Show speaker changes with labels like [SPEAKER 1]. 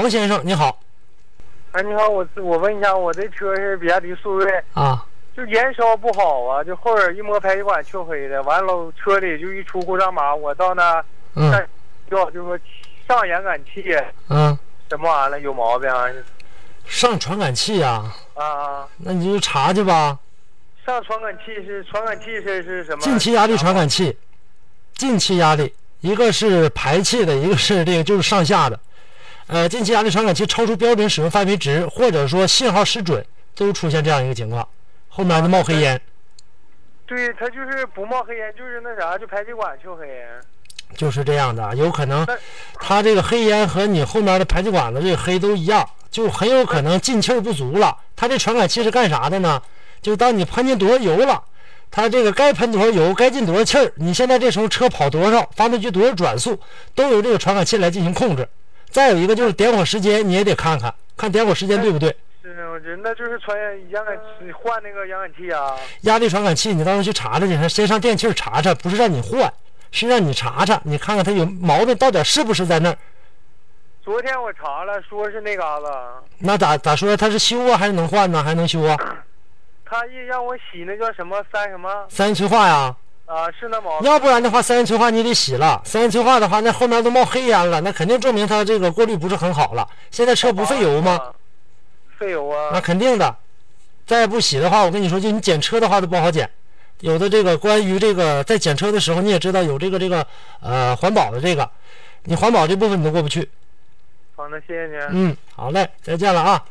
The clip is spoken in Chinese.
[SPEAKER 1] 王先生，你好
[SPEAKER 2] 哎，你好，我是我问一下，我这车是比亚迪速锐，
[SPEAKER 1] 啊，
[SPEAKER 2] 就燃烧不好啊，就后边一摸排气管缺灰的，完了车里就一出故障码，我到那
[SPEAKER 1] 嗯
[SPEAKER 2] 哎要就说上延感器啊
[SPEAKER 1] 嗯，
[SPEAKER 2] 什么玩意儿了有毛病啊
[SPEAKER 1] 上传感器呀、
[SPEAKER 2] 啊？
[SPEAKER 1] 那你就查去吧。
[SPEAKER 2] 上传感器是传感器是是什么？
[SPEAKER 1] 进气压力传感器，进气压力，一个是排气的，一个是这个就是上下的。呃，进气压力传感器超出标准使用范围值，或者说信号失准，都出现这样一个情况，后面就冒黑烟，
[SPEAKER 2] 对，它就是不冒黑烟，就是那啥，就排气管缺黑。
[SPEAKER 1] 就是这样的啊。有可能
[SPEAKER 2] 那
[SPEAKER 1] 它这个黑烟和你后面的排气管子这个黑都一样，就很有可能进气儿不足了。它这传感器是干啥的呢？就当你喷进多少油了，它这个该喷多少油，该进多少气儿，你现在这时候车跑多少，发动机多少转速，都由这个传感器来进行控制。再有一个就是点火时间，你也得看看，看点火时间对不对。
[SPEAKER 2] 是，我觉得那就是传延感器换那个延感器啊。
[SPEAKER 1] 压力传感器，你到时候去查查去，先上电器儿查查，不是让你换，是让你查查，你看看它有毛病到底是不是在那儿。
[SPEAKER 2] 昨天我查了，说是那嘎达，
[SPEAKER 1] 那咋咋说？它是修啊，还是能换呢？还能修啊？
[SPEAKER 2] 他一让我洗那叫什么三什么
[SPEAKER 1] 三元催化呀，
[SPEAKER 2] 啊，是那毛病。
[SPEAKER 1] 要不然的话，三元催化你得洗了。三元催化的话，那后面都冒黑烟了，那肯定证明它这个过滤不是很好了。现在车不费油吗？
[SPEAKER 2] 啊？费油啊。
[SPEAKER 1] 那肯定的。再不洗的话，我跟你说，就你检车的话都不好检。有的这个关于这个在检车的时候，你也知道有这个这个呃环保的这个，你环保这部分你都过不去。嗯
[SPEAKER 2] 好的，谢谢您。
[SPEAKER 1] 嗯，好嘞，再见了啊。